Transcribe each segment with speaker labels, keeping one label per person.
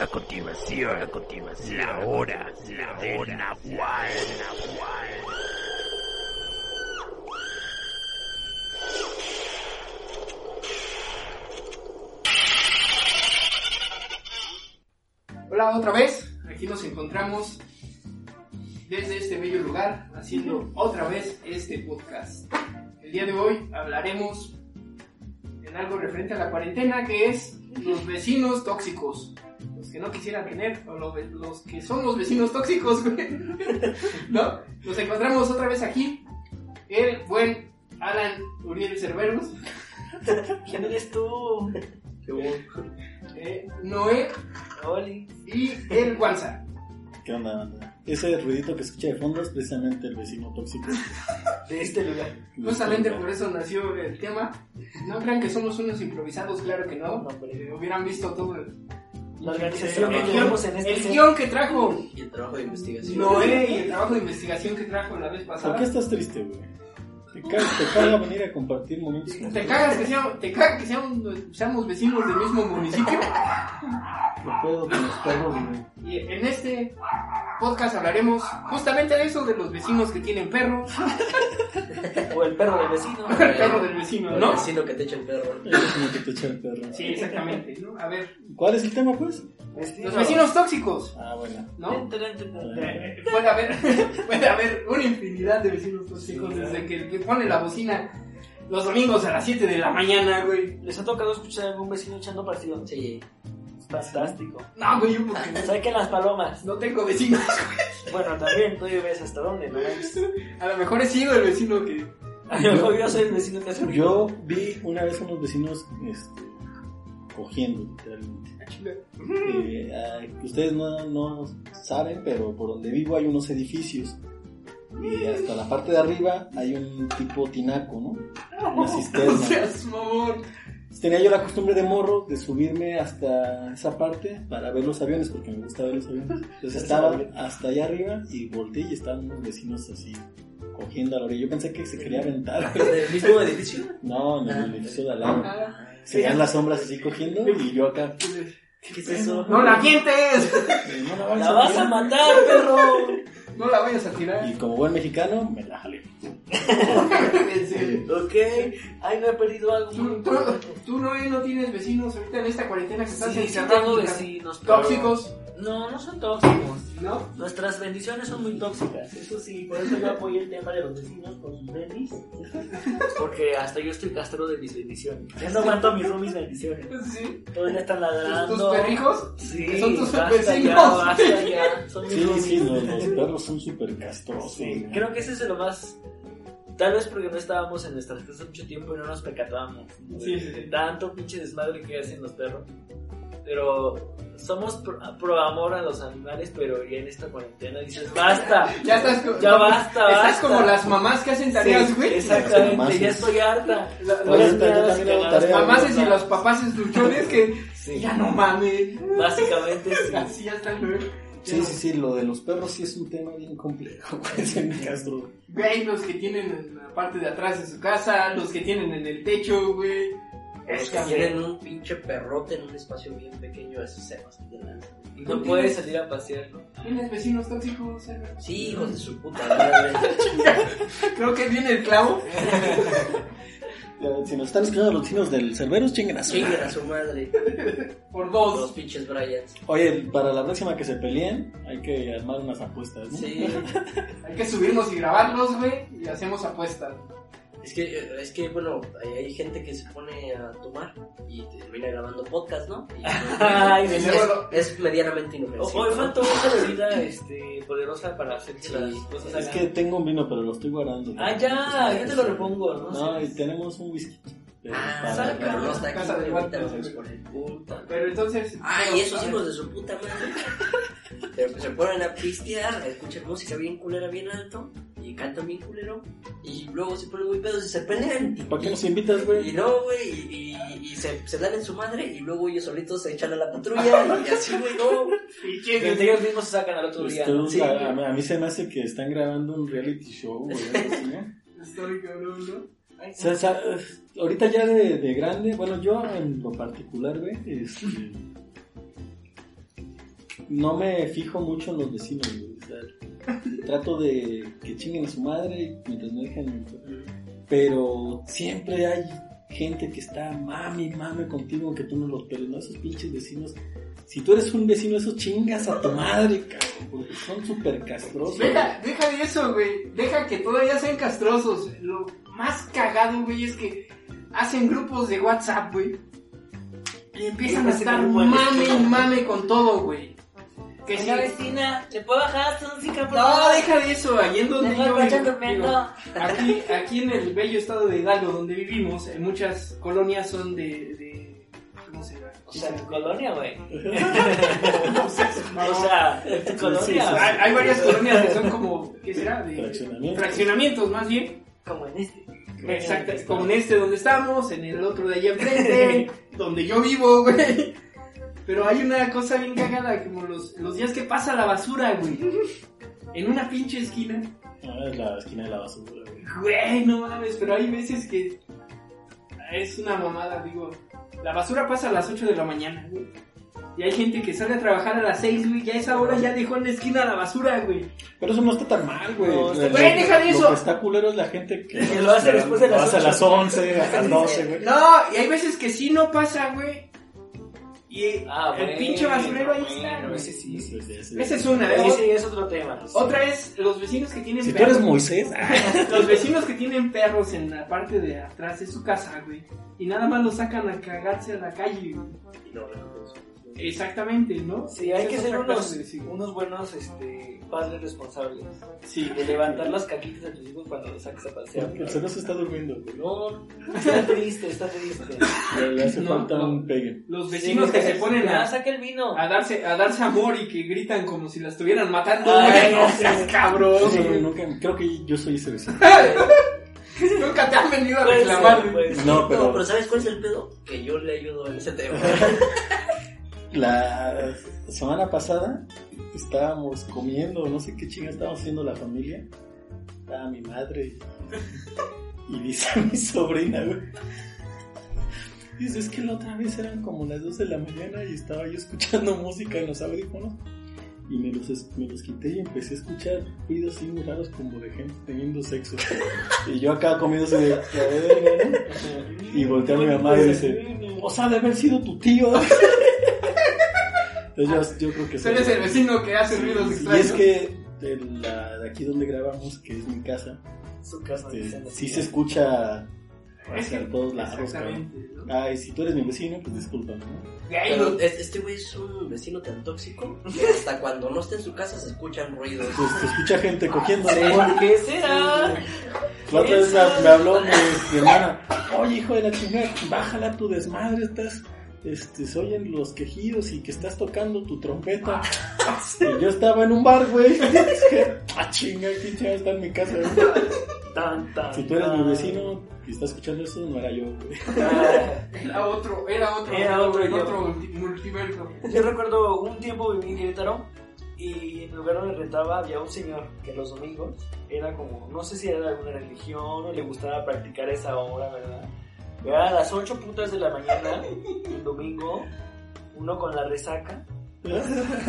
Speaker 1: A continuación, a continuación, la hora, la hora Nahual.
Speaker 2: Hola otra vez, aquí nos encontramos desde este bello lugar haciendo otra vez este podcast. El día de hoy hablaremos en algo referente a la cuarentena que es los vecinos tóxicos. Los que no quisieran tener, o lo- los que son los vecinos tóxicos, güey. ¿No? Nos encontramos otra vez aquí, el buen Alan Uriel Cerveros,
Speaker 3: ¿Quién eres tú?
Speaker 2: eh, Noé
Speaker 3: Oli.
Speaker 2: y el Guanza.
Speaker 4: ¿Qué onda, banda? Ese ruidito que escucha de fondo es precisamente el vecino tóxico.
Speaker 3: De este lugar.
Speaker 2: Justamente por eso nació el tema. No crean que somos unos improvisados, claro que no.
Speaker 3: No, pero-
Speaker 2: Eh, hubieran visto todo el,
Speaker 3: La organización
Speaker 2: el
Speaker 3: que
Speaker 2: guión,
Speaker 3: llevamos en este
Speaker 2: el
Speaker 3: set.
Speaker 2: guión que trajo
Speaker 5: Y el trabajo de investigación.
Speaker 2: Noé y el trabajo de investigación que trajo la vez
Speaker 4: ¿Por qué
Speaker 2: pasada.
Speaker 4: estás triste, güey? Te caga, te caga venir a compartir momentos con
Speaker 2: ¿Te cagas que, sea- te caga que seamos, seamos vecinos del mismo municipio?
Speaker 4: Lo puedo con los perros, güey.
Speaker 2: Y en este podcast hablaremos justamente de eso, de los vecinos que tienen perro,
Speaker 3: O el perro del vecino.
Speaker 2: el perro del vecino, ¿no?
Speaker 5: El vecino que te echa el perro.
Speaker 4: Es como que te echa el perro.
Speaker 2: Sí, exactamente. ¿no? A ver,
Speaker 4: ¿Cuál es el tema, pues?
Speaker 3: Vecino.
Speaker 2: los vecinos tóxicos,
Speaker 4: Ah, bueno.
Speaker 2: ¿no?
Speaker 3: Tran, tran, tran, tran.
Speaker 2: Eh, puede haber puede haber una infinidad de vecinos tóxicos desde que, que pone la bocina los domingos a las 7 de la mañana, güey.
Speaker 3: ¿Les ha tocado escuchar a algún vecino echando partido?
Speaker 5: Sí.
Speaker 3: Fantástico.
Speaker 2: No, güey, yo porque
Speaker 3: Saquen las palomas.
Speaker 2: no tengo vecinos.
Speaker 3: Bueno, también tú vives hasta dónde, ¿no? manches?
Speaker 2: A lo mejor he sido el vecino que
Speaker 3: A lo mejor yo soy el vecino que hace ruido.
Speaker 4: Yo vi una vez unos vecinos este, cogiendo, literalmente.
Speaker 2: ah,
Speaker 4: Eh, ah, ustedes no, no saben, pero por donde vivo hay unos edificios. Y hasta la parte de arriba hay un tipo tinaco, ¿no? Una cisterna.
Speaker 2: No seas mamón.
Speaker 4: Tenía yo la costumbre de morro de subirme hasta esa parte para ver los aviones, porque me gusta ver los aviones. Entonces estaba hasta allá arriba y volteé y estaban unos vecinos así cogiendo a la orilla. Yo pensé que se quería aventar.
Speaker 5: ¿Desde el mismo edificio?
Speaker 4: No, en el edificio de al lado.
Speaker 2: Ah,
Speaker 4: Se veían las sombras así cogiendo y yo acá.
Speaker 5: ¿Qué es eso?
Speaker 2: no la mientes.
Speaker 4: eh, No la vayas
Speaker 3: ¡La
Speaker 4: a
Speaker 3: vas a
Speaker 4: tirar.
Speaker 3: matar, perro!
Speaker 2: No la vayas a tirar.
Speaker 4: Y como buen mexicano, me la jalé.
Speaker 2: En serio.
Speaker 3: Ok. Ay, me he perdido algo muy
Speaker 2: Tú, tú,
Speaker 3: importante.
Speaker 2: tú, Noé, no tienes vecinos ahorita en esta cuarentena que estás
Speaker 3: Sí,
Speaker 2: en
Speaker 3: tratando vecinos. pero-
Speaker 2: Tóxicos,
Speaker 3: No, no son tóxicos.
Speaker 2: ¿no?
Speaker 3: Nuestras bendiciones son muy tóxicas, eso sí, por eso yo apoyé el tema de los vecinos con sus bendis, porque hasta yo estoy castrado de mis bendiciones. Ya no aguanto a mis roomies bendiciones.
Speaker 2: Sí.
Speaker 3: Todavía están
Speaker 2: ¿Tus,
Speaker 3: ladrando.
Speaker 2: tus perrijos?
Speaker 3: Ah, Sí,
Speaker 2: Son tus
Speaker 3: basta
Speaker 2: vecinos.
Speaker 3: Ya, basta ya. Son mis
Speaker 4: Sí,
Speaker 3: roomies.
Speaker 4: sí, los, los perros son súper castrosos.
Speaker 3: Sí,
Speaker 4: güey.
Speaker 3: creo que ese es lo más. Tal vez porque no estábamos en nuestras casas mucho tiempo y no nos percatábamos ¿no? de,
Speaker 2: Sí, sí, sí.
Speaker 3: de tanto pinche desmadre que hacen los perros. Pero somos pro, pro amor a los animales, pero ya en esta cuarentena dices: ¡Basta!
Speaker 2: Ya estás co-
Speaker 3: Ya basta,
Speaker 2: Estás
Speaker 3: basta.
Speaker 2: como las mamás que hacen tareas,
Speaker 3: Sí,
Speaker 2: güey.
Speaker 3: Exactamente,
Speaker 4: Mamases.
Speaker 3: ya estoy harta.
Speaker 2: La-
Speaker 3: Todas
Speaker 2: las-
Speaker 4: Oye, ahorita yo
Speaker 3: las
Speaker 4: también hago
Speaker 3: cagadas.
Speaker 4: tarea.
Speaker 2: Mamases y los papás luchones que
Speaker 3: Sí,
Speaker 2: ya no mamen.
Speaker 3: Básicamente sí.
Speaker 2: Así ya están. güey. Ya
Speaker 4: Sí,
Speaker 2: no-
Speaker 4: sí, sí, lo de los perros sí es un tema bien complejo. güey, Se me castró.
Speaker 2: Güey, los que tienen en la parte de atrás de su casa, los que tienen en el techo, güey.
Speaker 5: Es que
Speaker 2: Está
Speaker 5: quieren un pinche perrote en un espacio bien pequeño, esos se pasan de lanza.
Speaker 3: No puedes salir a pasear, ¿no?
Speaker 2: ¿Tienes vecinos tóxicos? Álvaro?
Speaker 5: Sí, hijos de su puta madre.
Speaker 2: eh. Creo que viene el clavo.
Speaker 4: Ya, Si nos están escuchando los vecinos del Cerberus, chinguen a su madre.
Speaker 5: Chinguen a su madre.
Speaker 3: Pues,
Speaker 2: Por
Speaker 5: Los
Speaker 2: dos.
Speaker 5: pinches Bryans.
Speaker 4: Oye, para la próxima que se peleen, hay que armar unas apuestas, ¿no?
Speaker 5: Sí.
Speaker 2: Hay que subirnos y grabarlos, güey. Y hacemos apuestas.
Speaker 5: Es que, es que bueno, hay, hay gente que se pone a tomar y termina grabando podcast, ¿no? Y-
Speaker 3: Ay,
Speaker 5: es,
Speaker 2: me muero.
Speaker 5: es medianamente
Speaker 3: O-
Speaker 5: inofensivo.
Speaker 3: Hoy
Speaker 5: pues, ¿no?
Speaker 3: faltó una bebida este, poderosa para hacer que
Speaker 5: Sí.
Speaker 3: las cosas
Speaker 4: Es
Speaker 3: hagan-
Speaker 4: que tengo un vino, pero lo estoy guardando.
Speaker 3: Ah, ya, yo te lo repongo, ¿no?
Speaker 4: No, y tenemos un whisky. pero
Speaker 5: Ah,
Speaker 4: para-
Speaker 5: pero no está aquí,
Speaker 2: Casa de
Speaker 5: güey, ahorita
Speaker 2: Batman.
Speaker 5: vamos por el puta.
Speaker 2: Pero entonces.
Speaker 5: Ah,
Speaker 2: bueno,
Speaker 5: y esos
Speaker 2: a ver.
Speaker 5: hijos de su puta madre. pues, se, se ponen a pistear, escuchan música bien culera, bien alto, y cantan bien culero, y luego se ponen muy pedos y se pelean. y-
Speaker 4: ¿Para qué nos invitas, güey?
Speaker 5: Y no, güey, y, y- y se, se dan en su madre, y luego ellos solitos se echan a la patrulla, y así, güey, no.
Speaker 2: Y
Speaker 3: Y
Speaker 2: chingues.
Speaker 3: entre ellos mismos se sacan al otro
Speaker 5: Pues
Speaker 3: día.
Speaker 4: Esto es
Speaker 5: sí,
Speaker 4: la- Este, a, a mí se me hace que están grabando un reality show, güey. algo así, ¿no?
Speaker 2: Estoy cabrón, ¿no?
Speaker 4: O sea, sa- ahorita ya de, de grande, bueno, yo en lo particular, güey, este, no me fijo mucho en los vecinos, güey. o sea, trato de que chinguen a su madre mientras me dejan. en paz. Pero siempre hay gente que está mami, mami contigo, que tú no los peles, ¿no? Esos pinches vecinos. Si tú eres un vecino, esos chingas a tu madre, cabrón, porque son súper castrosos.
Speaker 2: Deja, deja de eso, güey. Deja que todavía sean castrosos. Lo más cagado, güey, es que hacen grupos de WhatsApp, güey. Y empiezan a
Speaker 3: Grupos de
Speaker 2: estar
Speaker 3: grupo de
Speaker 2: mame y
Speaker 3: vecino.
Speaker 2: mame con todo, güey. Que sí.
Speaker 6: Una vecina, ¿le puedo bajar esta música por
Speaker 2: No,
Speaker 6: favor?
Speaker 2: deja de eso. Ahí en donde
Speaker 6: Me estoy
Speaker 2: yo
Speaker 6: escuchando,
Speaker 2: vivo,
Speaker 6: pero
Speaker 2: digo,
Speaker 6: no.
Speaker 2: Aquí, aquí en el bello estado de Hidalgo, donde vivimos, en muchas colonias son de. de ¿Cómo se llama?
Speaker 3: O sea, en tu colonia, güey.
Speaker 2: No seas
Speaker 3: O
Speaker 2: mamón.
Speaker 3: sea, en tu colonia.
Speaker 4: sí,
Speaker 3: güey.
Speaker 2: hay, hay varias colonias que son como. ¿Qué será? De,
Speaker 4: Fraccionamiento.
Speaker 2: Fraccionamientos, más bien.
Speaker 6: Como en este.
Speaker 2: Exacto. Como en este donde estamos, en el otro de allá enfrente, donde yo vivo, güey. Pero hay una cosa bien cagada, como los, los días que pasa la basura, güey. En una pinche esquina.
Speaker 4: Ah, es la esquina de la basura, güey.
Speaker 2: Güey, no mames, pero hay veces que es una mamada, digo. La basura pasa a las 8 de la mañana, güey. Y hay gente que sale a trabajar a las 6, güey. Ya a esa hora ya dejó en la esquina la basura, güey.
Speaker 4: Pero eso no está tan mal, güey. Lo-
Speaker 3: No,
Speaker 2: güey,
Speaker 4: lo-
Speaker 2: deja de
Speaker 4: lo
Speaker 2: eso.
Speaker 4: que está culero es la gente que
Speaker 3: Que lo hace después de las
Speaker 4: Lo hace a
Speaker 3: ocho.
Speaker 4: las 11, a las 12, güey.
Speaker 2: No, y hay veces que sí no pasa, güey. Y
Speaker 3: Ah,
Speaker 2: el
Speaker 3: bueno,
Speaker 2: pinche basurero ahí está,
Speaker 3: bueno,
Speaker 2: güey.
Speaker 3: ese sí, sí.
Speaker 2: Esa es una.
Speaker 3: Pero
Speaker 2: ¿eh?
Speaker 3: ese es otro tema.
Speaker 2: Otra es los vecinos que tienen
Speaker 4: Si tú
Speaker 2: perros.
Speaker 4: eres Moisés,
Speaker 2: Los vecinos que tienen perros en la parte de atrás de su casa, güey. Y nada más los sacan a cagarse a la calle, güey. Exactamente, ¿no?
Speaker 3: Sí, hay
Speaker 2: Esa
Speaker 3: que
Speaker 2: es
Speaker 3: ser
Speaker 2: otra
Speaker 3: unos,
Speaker 2: clase de vecino.
Speaker 3: unos buenos este, padres responsables.
Speaker 2: Sí,
Speaker 3: De levantar las caquitas de tus hijos cuando los sacas a pasear.
Speaker 4: el cerebro se está durmiendo, güey.
Speaker 3: No, está triste, está triste.
Speaker 4: Le- Le hace
Speaker 2: No,
Speaker 4: falta
Speaker 2: no.
Speaker 4: un pegue.
Speaker 2: Los vecinos que se ponen
Speaker 6: Ah,
Speaker 2: a,
Speaker 6: saca el vino.
Speaker 2: a darse a darse amor y que gritan como si la estuvieran matando.
Speaker 3: Ay,
Speaker 2: güey, no seas cabrón.
Speaker 4: Sí,
Speaker 2: güey.
Speaker 4: nunca- creo que yo soy ese vecino.
Speaker 2: Nunca te han venido a
Speaker 3: Puede ser,
Speaker 2: reclamar. güey.
Speaker 3: puede ser.
Speaker 4: No,
Speaker 5: pero...
Speaker 4: pero
Speaker 5: ¿sabes cuál es el pedo? Que yo le ayudo en ese tema.
Speaker 4: la semana pasada estábamos comiendo, no sé qué chinga estábamos haciendo la familia. Estaba mi madre y, y dice a mi sobrina, güey. Dice, es que la otra vez eran como las 2 de la mañana y estaba yo escuchando música en los audífonos. Y me los, es- me los quité y empecé a escuchar ruidos así muy raros como de gente teniendo sexo. Y yo acá comiendo así de... "La verga, ¿no?". Y voltea a mi mamá y dice, o sea, de haber sido tu tío. Entonces yo, yo creo que
Speaker 2: Tú eres
Speaker 4: soy-
Speaker 2: el vecino que hace ruidos
Speaker 4: Y
Speaker 2: extraños.
Speaker 4: es que de, la- de aquí donde grabamos, que es mi casa,
Speaker 3: Su casa
Speaker 4: este,
Speaker 3: dicen así.
Speaker 4: sí se escucha
Speaker 2: Es que-
Speaker 4: hacia todos lados, cabrón.
Speaker 2: Exactamente, ¿no?
Speaker 4: Ay, si tú eres mi vecino, pues disculpa, ¿no?
Speaker 2: Güey,
Speaker 5: Pero
Speaker 2: no-
Speaker 5: es- este güey es un vecino tan tóxico que hasta cuando no está en su casa se escuchan ruidos.
Speaker 4: Pues te escucha gente cogiendo.
Speaker 3: ¿Por qué será?
Speaker 4: La otra vez me, me habló mi, mi hermana, oye hijo de la chingada, bájala tu desmadre, estás, este, se oyen los quejidos y que estás tocando tu trompeta. Y yo estaba en un bar, güey. Dije, ah, chinga, qué chingada está en mi casa. güey".
Speaker 3: Tan, tan,
Speaker 4: Si tú eres mi
Speaker 3: tan.
Speaker 4: vecino y estás escuchando esto, no era yo, güey.
Speaker 3: Ah,
Speaker 2: Era otro, era otro,
Speaker 3: Era otro
Speaker 2: en
Speaker 3: yo.
Speaker 2: otro multi- multiverso.
Speaker 3: Yo recuerdo un tiempo viví en Querétaro y en el lugar donde rentaba había un señor que los domingos era como, no sé si era de alguna religión o le gustaba practicar esa hora, ¿verdad? Era a las 8 putas de la mañana, el domingo, uno con la resaca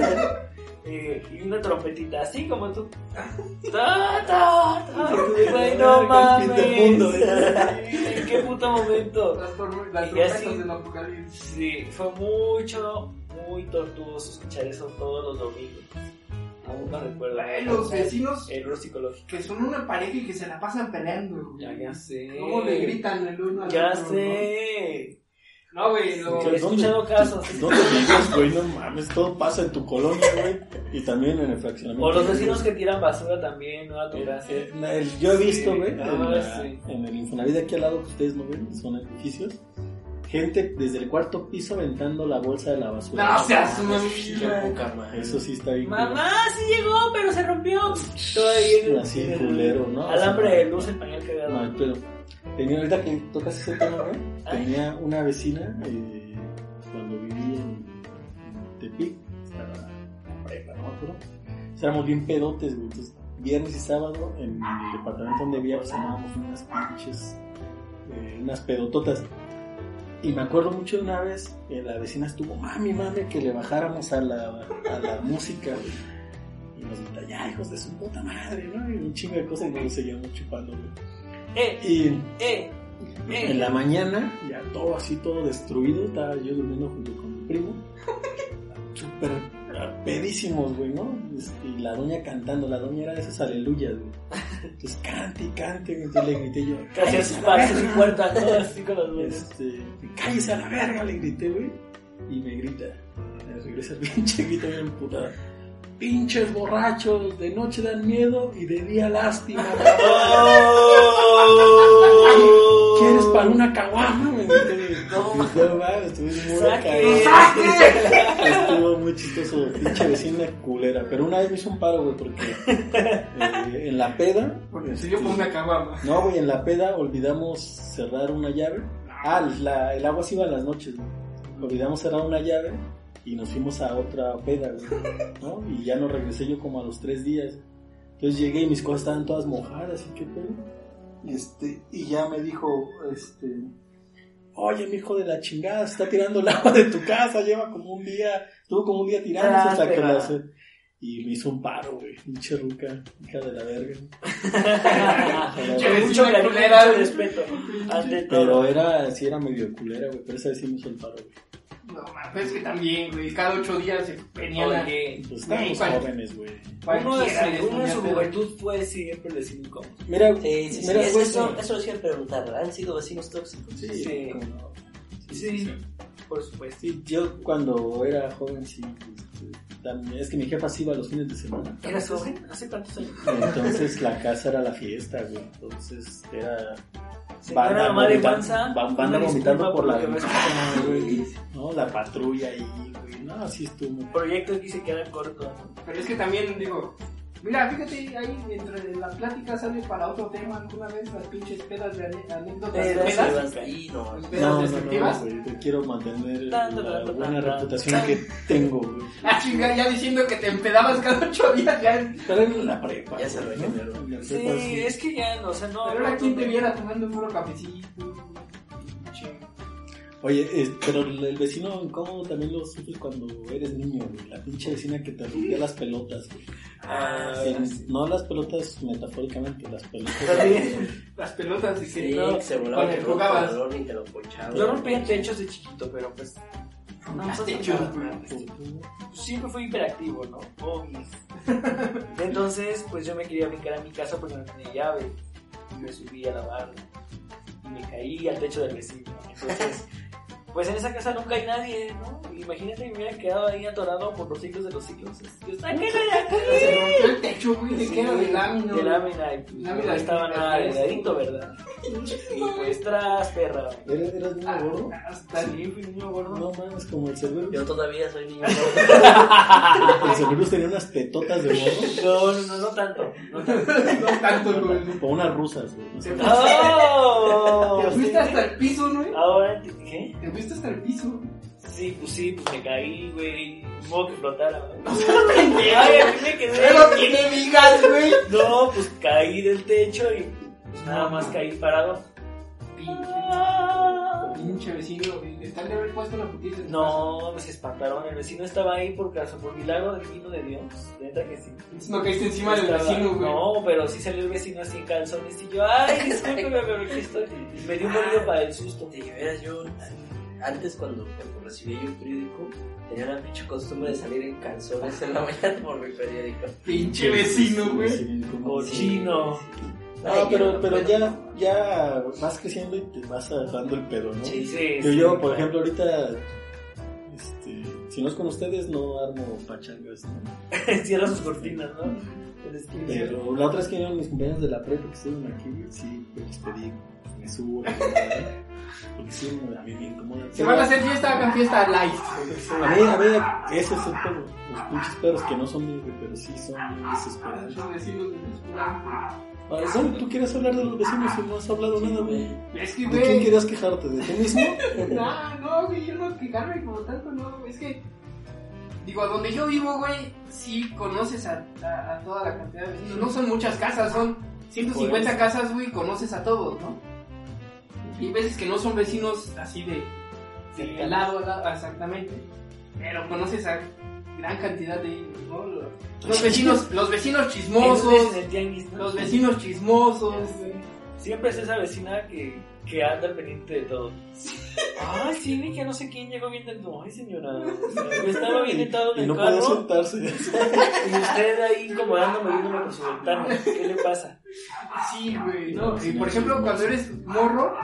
Speaker 3: eh, y una trompetita así como tú. ¡Ta, ta, ta! Y tú, güey, no
Speaker 4: Ay, qué fin de mundo,
Speaker 3: mames! ¿En qué puto momento?
Speaker 2: Las, tor- las
Speaker 3: Y así.
Speaker 2: trompetas del apocalipsis.
Speaker 3: Sí, fue mucho, muy tortuoso escuchar eso todos los domingos. Aún no recuerdo.
Speaker 2: Güey, Eh, Los vecinos
Speaker 3: Error psicológico.
Speaker 2: que son una pareja y que se la pasan peleando, güey.
Speaker 3: sé.
Speaker 2: ¿Cómo le gritan el uno al
Speaker 3: Ya
Speaker 2: otro?
Speaker 3: sé.
Speaker 2: ¿no? No, güey, lo-
Speaker 3: He escuchado casos.
Speaker 4: ¿Dónde vives, güey? No mames, todo pasa en tu colonia, güey. Y también en el fraccionamiento.
Speaker 3: O los vecinos que tiran basura también, no a tu
Speaker 4: Eh,
Speaker 3: gracia.
Speaker 4: eh, el- yo he visto, güey,
Speaker 3: Ah,
Speaker 4: en, la-
Speaker 3: sí.
Speaker 4: en el Infonavit de aquí al lado que ustedes no ven, son edificios, gente desde el cuarto piso aventando la bolsa de la basura.
Speaker 2: No
Speaker 5: Ah,
Speaker 2: seas
Speaker 5: Qué
Speaker 2: mamila.
Speaker 5: poca madre.
Speaker 4: Eso sí está bien.
Speaker 6: Mamá,
Speaker 2: eh.
Speaker 6: sí llegó, pero se rompió.
Speaker 4: culero. Así culero, ¿no?
Speaker 3: Alambre de luz, el pañal cagado.
Speaker 4: No, pero tenía ahorita que tocas ese tema, ¿no? Tenía una vecina eh, cuando vivía en Tepic, estaba en prepa, ¿no? Pero, o sea, éramos bien pedotes, güey. Entonces, viernes y sábado en el departamento donde vivía, pues armábamos unas pinches, eh, unas pedototas. Y me acuerdo mucho de una vez, eh, la vecina estuvo, mami, mami, que le bajáramos a la, a la música, güey. Y nos grita, ya, hijos de su puta madre, ¿no? Y un chingo de cosas y nos lo seguíamos chupando, güey.
Speaker 6: Eh,
Speaker 4: Y
Speaker 6: eh,
Speaker 4: en
Speaker 6: eh.
Speaker 4: la mañana, ya todo así, todo destruido, estaba yo durmiendo junto con mi primo. Súper pedísimos, güey, ¿no? Este, y la doña cantando, la doña era de esas aleluyas, güey. Entonces cante y cante, güey. entonces le grité yo.
Speaker 3: Casi
Speaker 4: "Cállese a
Speaker 3: así
Speaker 4: la
Speaker 3: para su
Speaker 4: verga".
Speaker 3: puerta, ¿no? así con las luces.
Speaker 4: Este, cállese a la verga, le grité, güey. Y me grita, me regresa el pinche grito bien putada. Pinches borrachos, de noche dan miedo y de día lástima. ¿Quieres para una caguama? Me grité, no, no mames, estuve muy
Speaker 3: Saque.
Speaker 4: cagado. Estuvo muy chistoso, pinche vecina culera. Pero una vez me hizo un paro, güey, porque eh, en la peda.
Speaker 2: Porque si yo
Speaker 4: este,
Speaker 2: pongo una caguama.
Speaker 4: no, güey, en la peda olvidamos cerrar una llave. Ah, la- el agua se iba en las noches, güey. Olvidamos cerrar una llave y nos fuimos a otra peda, güey. ¿no? Y ya no regresé yo como a los tres días. Entonces llegué y mis cosas estaban todas mojadas y qué pedo. Y Este, y ya me dijo, este, oye, mi hijo de la chingada, se está tirando el agua de tu casa, lleva como un día, tuvo como un día tirándose hasta que la... se- Y me hizo un paro, güey, pinche ruca, hija de la verga.
Speaker 2: Che,
Speaker 3: Con mucho
Speaker 2: vecina
Speaker 3: cariño,
Speaker 2: culera.
Speaker 3: mucho respeto. Ante
Speaker 4: Pero
Speaker 3: todo.
Speaker 4: era, sí era medio culera, güey. Pero esa vez sí me hizo el paro, güey.
Speaker 2: No, ma, pero es que también, güey. Cada ocho días se venía la
Speaker 3: Oye,
Speaker 4: Pues
Speaker 2: Güey,
Speaker 4: estábamos
Speaker 2: cual-
Speaker 4: jóvenes, güey.
Speaker 3: Uno de
Speaker 2: cualquiera les
Speaker 3: su, uno de
Speaker 2: ponía
Speaker 3: su
Speaker 2: pedo.
Speaker 3: juventud puede siempre decir incómodo.
Speaker 4: Mira,
Speaker 5: Sí, sí, sí.
Speaker 4: mira,
Speaker 5: Es-
Speaker 4: güey, eh,
Speaker 5: eso,
Speaker 4: sí.
Speaker 5: eso les iba a preguntar. ¿Han sido vecinos tóxicos?
Speaker 4: Sí, Eh,
Speaker 3: Sí.
Speaker 4: como no.
Speaker 3: Sí, por supuesto.
Speaker 4: Sí, yo cuando era joven, sí. este, también- es que mi jefa sí iba los fines de semana.
Speaker 3: ¿Eras joven? ¿Hace cuántos años?
Speaker 4: Entonces la casa era la fiesta, güey. Entonces era.
Speaker 3: Se encuentra la madre
Speaker 4: vomita-
Speaker 3: panza,
Speaker 4: va- banda
Speaker 3: una
Speaker 4: vomitando
Speaker 3: disculpa
Speaker 4: por la
Speaker 3: por lo que
Speaker 4: ventana,
Speaker 3: ves.
Speaker 4: güey. No, la patrulla ahí, güey. No, así estuvo.
Speaker 3: Proyectos que se quedan cortos.
Speaker 2: Pero es que también, digo, mira, fíjate, ahí entre la plática sale para otro tema alguna vez las pinches pedas de ane- anécdotas de
Speaker 3: Pero sí,
Speaker 2: pedas.
Speaker 3: vas ahí.
Speaker 5: Sí, no.
Speaker 2: Pedas
Speaker 4: No, no, no,
Speaker 2: destructivas.
Speaker 4: güey. Te quiero mantener
Speaker 3: Tan, tan,
Speaker 4: la
Speaker 3: tan,
Speaker 4: buena
Speaker 3: tan.
Speaker 4: reputación que tengo, güey.
Speaker 2: Ah, chinga, ya diciendo que te empedabas cada ocho días. Ya.
Speaker 4: Pero en la prepa.
Speaker 5: Ya se
Speaker 4: güey,
Speaker 5: lo
Speaker 4: ¿no? En la
Speaker 3: Sí,
Speaker 4: prepa, sí.
Speaker 3: es que ya, no, o sea, no.
Speaker 2: Pero ahora
Speaker 3: no,
Speaker 2: quien
Speaker 3: no,
Speaker 2: te
Speaker 3: no.
Speaker 2: viera tomando un puro cafecito. Chinga.
Speaker 4: Oye, es- pero el el vecino incómodo también lo sufres cuando eres niño, güey. La pinche vecina que te rompía las pelotas, güey.
Speaker 3: Ah,
Speaker 4: En- No las pelotas metafóricamente, las
Speaker 3: Está
Speaker 4: pelotas.
Speaker 3: bien.
Speaker 2: Las pelotas y
Speaker 5: Sí,
Speaker 2: que
Speaker 5: que se volaba
Speaker 2: Cuando
Speaker 5: con un
Speaker 2: jugabas.
Speaker 5: balón y te lo ponchaba.
Speaker 3: Yo rompía techos de chiquito, pero pues
Speaker 2: no. Las
Speaker 3: Las
Speaker 2: techos,
Speaker 3: techos, pues,
Speaker 2: güey.
Speaker 3: siempre fui hiperactivo, ¿no? Obis. Entonces, pues yo me quería brincar a mi casa porque no tenía llave. Y me subí a la barra. Y me caí al techo del vecino. Entonces, pues en esa casa nunca hay nadie, ¿no? Imagínate que me hubiera quedado ahí atorado por los ciclos de los ciclos. Yo, "Sáquenme de aquí".
Speaker 2: Se rompió el techo, güey, de
Speaker 3: Sí,
Speaker 2: que era de lámina.
Speaker 3: De lámina. Y pues,
Speaker 2: Lámina
Speaker 3: no
Speaker 2: de
Speaker 3: estaba
Speaker 2: lámina.
Speaker 3: nada delgadito, ¿verdad? Y pues tras, perra.
Speaker 4: ¿Eres, eres niño
Speaker 2: Ah,
Speaker 4: gordo?
Speaker 2: hasta el-
Speaker 3: Sí, fui niño gordo.
Speaker 4: No mames, como el Cerberus.
Speaker 5: Yo todavía soy niño.
Speaker 4: El Cerberus tenía unas tetotas de gordo.
Speaker 3: No, no, no, no tanto. No tanto.
Speaker 2: No tanto, güey.
Speaker 4: Como unas rusas, güey. No sé.
Speaker 3: ¡Oh!
Speaker 2: Te fuiste hasta el piso, güey.
Speaker 3: Ahora, Ah, ¿qué?
Speaker 2: Te fuiste hasta el piso.
Speaker 3: Sí, pues sí, pues me caí, güey. Modo que flotara, ¿no? Ay,
Speaker 2: Pero
Speaker 3: a mí me quedé.
Speaker 2: tiene vigas, güey.
Speaker 3: No, pues caí del techo y pues, nada más caí parado.
Speaker 4: Ah.
Speaker 2: Pinche vecino, güey. Le Están de haber puesto la putiza. en su
Speaker 3: No, pues se espantaron. El vecino estaba ahí por caso, por milagro divino de Dios. Neta que sí.
Speaker 2: casa. No caíste encima del
Speaker 3: Estaba-
Speaker 2: vecino, güey.
Speaker 3: No, pero sí salió el vecino así en calzones y yo, ay, discúlpeme, pero aquí estoy. Me dio un mordido para el susto.
Speaker 5: De veras, yo antes cuando recibí yo el periódico, tenía la pinche costumbre de salir en calzones en la mañana por mi periódico.
Speaker 2: Pinche vecino, güey.
Speaker 4: Sí, como-
Speaker 3: Cochino.
Speaker 4: No, pero, pero ya, ya vas creciendo y te vas agarrando el pedo, ¿no?
Speaker 3: Sí, sí.
Speaker 4: Yo, yo, por
Speaker 3: sí.
Speaker 4: ejemplo, ahorita, este, si no es con ustedes, no armo pachangas. ¿no?
Speaker 3: Cierra sus cortinas, ¿no? El escritorio.
Speaker 4: Pero la otra vez que vinieron mis compañeros de la prepa que estuvieron aquí, sí, pues les pedí, me subo. Porque sí, a mí me incomoda.
Speaker 2: Se van a hacer fiesta, hagan fiesta live.
Speaker 4: A ver, a ver, ese es el perro. Los pinches perros que no son de pero sí son bien desesperados.
Speaker 2: Son vecinos de los-
Speaker 4: Ahora, ¿sabes? Tú quieres hablar de los vecinos y no has hablado nada, güey.
Speaker 2: Es que,
Speaker 4: ¿De quién
Speaker 2: güey.
Speaker 4: querías quejarte? ¿De ti mismo?
Speaker 2: No, Ah, no, güey, yo no quejarme como tanto, no. Es que, digo, a donde yo vivo, güey, sí conoces a, a- a toda la cantidad de vecinos. No son muchas casas, son 150
Speaker 4: Por
Speaker 2: casas, güey, conoces a todos, ¿no? Y hay veces que no son vecinos así de, de
Speaker 4: Cercanos.
Speaker 2: lado a lado, exactamente. Pero conoces a gran cantidad de ellos, ¿no? Los- Los vecinos, los vecinos
Speaker 3: Entonces,
Speaker 2: chismosos,
Speaker 3: en el tianguis, ¿no?
Speaker 2: los vecinos chismosos.
Speaker 3: Ya sé. Siempre es esa vecina que, que anda al pendiente de todo. Ay, sí, vi que no sé quién llegó bien tentado. Ay, señora. o sea, yo estaba bien tentado en
Speaker 4: Y
Speaker 3: el
Speaker 4: no podía
Speaker 3: carro
Speaker 4: sentarse.
Speaker 3: y usted ahí incomodándome viéndome por su ventana. ¿Qué le pasa?
Speaker 2: Sí,
Speaker 5: Ah,
Speaker 2: güey, no. Y por ejemplo, cuando eres morro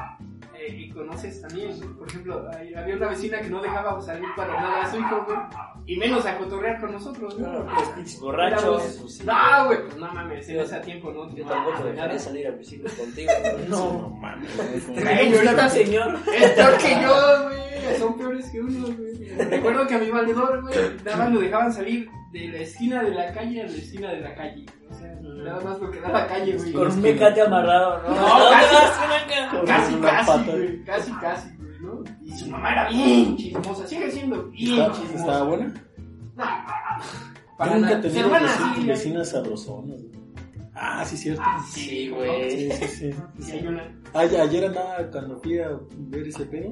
Speaker 2: eh, y conoces también, güey, por ejemplo, hay- había una vecina que no dejaba salir para nada a su hijo, güey, y menos a cotorrear con nosotros, güey.
Speaker 3: Los pinches borrachos.
Speaker 5: Jesús, pues, sí.
Speaker 2: No, güey, pues no mames, en ese tiempo no.
Speaker 5: Yo tampoco
Speaker 2: Ah.
Speaker 5: dejaré salir a mis hijos contigo.
Speaker 4: No mames.
Speaker 2: Güey,
Speaker 3: Ay,
Speaker 2: ahorita-
Speaker 3: está, señor.
Speaker 2: Es peor que yo, güey. Son peores que uno, güey. Recuerdo que a mi valedor, güey, nada más lo dejaban salir de la esquina de la calle a la esquina de la calle. O sea, nada más porque era la calle, güey.
Speaker 3: Con un mecate amarrado, ¿no?
Speaker 2: No,
Speaker 3: ¿A dónde
Speaker 2: casi.
Speaker 3: vas, Juanaca?
Speaker 2: Casi,
Speaker 4: Con una
Speaker 2: casi,
Speaker 4: pata.
Speaker 2: güey. Casi, casi, güey, ¿no? Y su mamá era bien chismosa. Sigue siendo bien
Speaker 4: ¿Está- ¿Estaba
Speaker 2: chismosa.
Speaker 4: buena?
Speaker 2: No,
Speaker 4: Yo
Speaker 2: para
Speaker 4: nunca he
Speaker 2: nada.
Speaker 4: tenido
Speaker 2: Su hermana
Speaker 4: veci-
Speaker 2: sí, güey.
Speaker 4: vecinas sabrosonas. güey. Ah, sí, cierto.
Speaker 2: Sí,
Speaker 4: Sí, sí, sí.
Speaker 2: Sí, hay una-
Speaker 4: Ay- ayer andaba, cuando fui a ver ese pedo,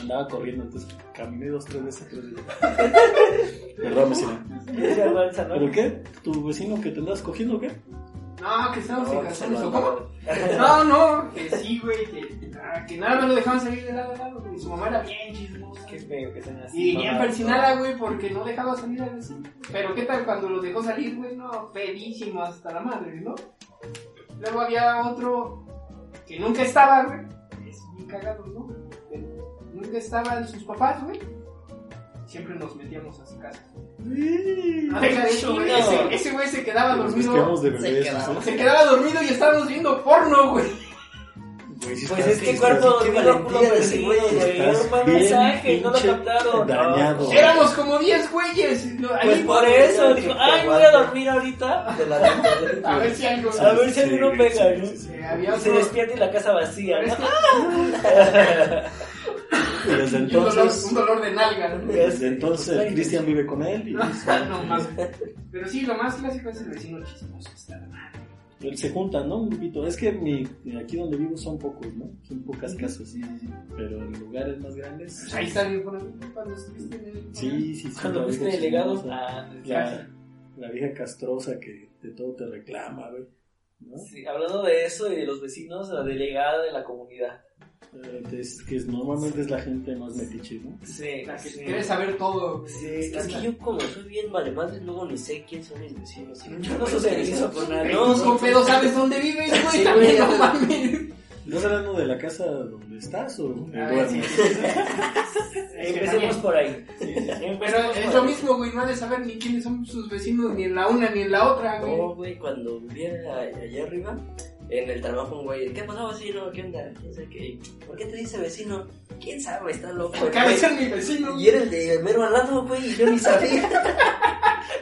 Speaker 4: andaba corriendo, entonces caminé dos, tres veces. Tres veces. Perdón, vecino.
Speaker 3: Es vergüenza, ¿no?
Speaker 4: ¿Pero qué? ¿Tu vecino que te andas cogiendo o qué?
Speaker 2: No, que estábamos en calzones, ¿o cómo?
Speaker 5: no.
Speaker 2: No, no, que sí, güey, que, ah, que nada más lo dejaban salir de lado a lado, güey. Su mamá era bien chismosa.
Speaker 3: Qué feo que sean así.
Speaker 2: Y bien persinada, güey, porque no dejaba salir al vecino. Pero qué tal cuando los dejó salir, güey, no, pedísimo hasta la madre, ¿no? Luego había otro que nunca estaba, güey. Es bien cagado, ¿no? Que nunca estaban sus papás, güey. Siempre nos metíamos a su casa. No deja de eso, güey. Ese- Ese güey se quedaba
Speaker 4: Nos
Speaker 2: dormido.
Speaker 4: quedamos de
Speaker 5: Se
Speaker 4: bebés,
Speaker 5: quedaba.
Speaker 4: ¿no?
Speaker 2: Se quedaba dormido y estábamos viendo porno, güey.
Speaker 4: Güey, sí
Speaker 3: Pues
Speaker 4: estás-
Speaker 3: es que
Speaker 4: sí
Speaker 3: cuerpo
Speaker 4: estás-
Speaker 3: dormido, culo
Speaker 5: valentía de ese
Speaker 3: perdido,
Speaker 5: güey,
Speaker 3: güey. Era un buen
Speaker 4: bien
Speaker 3: mensaje y no lo
Speaker 4: pinche
Speaker 3: captaron. No.
Speaker 4: dañado.
Speaker 2: Éramos como 10 güeyes. ¿no?
Speaker 3: Pues
Speaker 2: Ahí,
Speaker 3: por eso, dijo, ay, voy a dormir ahorita.
Speaker 5: De la de
Speaker 2: a ver si algo.
Speaker 3: A ver si alguno
Speaker 4: sí,
Speaker 3: pega,
Speaker 4: sí,
Speaker 3: ¿no?
Speaker 4: sí, sí.
Speaker 2: Eh,
Speaker 3: Y
Speaker 2: había
Speaker 3: se
Speaker 2: otro.
Speaker 3: despierta y la casa vacía,
Speaker 2: Pero es
Speaker 3: ¿no?
Speaker 2: que-
Speaker 4: Y desde
Speaker 2: Y un dolor, un
Speaker 4: entonces,
Speaker 2: dolor de nalga, ¿no?
Speaker 4: desde entonces, el Cristian vive con él y
Speaker 2: No mames. Pero sí, lo más clásico es el vecino chismoso. está la madre.
Speaker 4: Pero se juntan, ¿no? Un grupito. Es que mi, aquí donde vivo son pocos, ¿no? Son pocas casas. Pero en lugares más grandes.
Speaker 2: Pues ahí está el cuando estuviste en el-
Speaker 4: Sí, sí, sí.
Speaker 3: Cuando
Speaker 2: pues,
Speaker 4: la
Speaker 3: fuiste
Speaker 4: vieja
Speaker 3: delegado,
Speaker 4: chismosa.
Speaker 3: ah,
Speaker 4: La, la vieja castrosa que de todo te reclama, güey. ¿No?
Speaker 3: sí, hablando de eso y de los vecinos, la delegada de la comunidad.
Speaker 4: Eh, es que es- normalmente es la gente más metiche, ¿no?
Speaker 3: Sí,
Speaker 2: La que
Speaker 3: sí.
Speaker 2: quiere saber todo.
Speaker 3: Sí,
Speaker 5: Es que yo como soy bien vale madre, luego ni sé quién son mis vecinos.
Speaker 3: Yo no socializo con nadie.
Speaker 2: No,
Speaker 3: No,
Speaker 2: con pedo sabes dónde vives, güey.
Speaker 5: Sí,
Speaker 2: también
Speaker 5: güey.
Speaker 2: no mames.
Speaker 4: ¿Estás hablando de la casa donde estás o donde
Speaker 2: Ah,
Speaker 4: duermes?
Speaker 2: sí.
Speaker 3: Empecemos por ahí.
Speaker 2: Pero
Speaker 3: Empecemos
Speaker 2: es
Speaker 3: por
Speaker 2: lo
Speaker 3: ahí.
Speaker 2: mismo, güey. No ha de saber ni quiénes son sus vecinos, ni en la una ni en la otra, güey.
Speaker 4: Oh.
Speaker 5: No, güey, cuando vivía allá arriba, en el trabajo, un güey, ¿qué pasó, vecino? ¿Qué onda? ¿Quién sabe qué? ¿Por qué te dice vecino? ¿Quién sabe? Está loco. el
Speaker 2: Porque a
Speaker 5: güey.
Speaker 2: veces mi vecino.
Speaker 5: Y era el de mero al lado, güey, y yo ni sabía.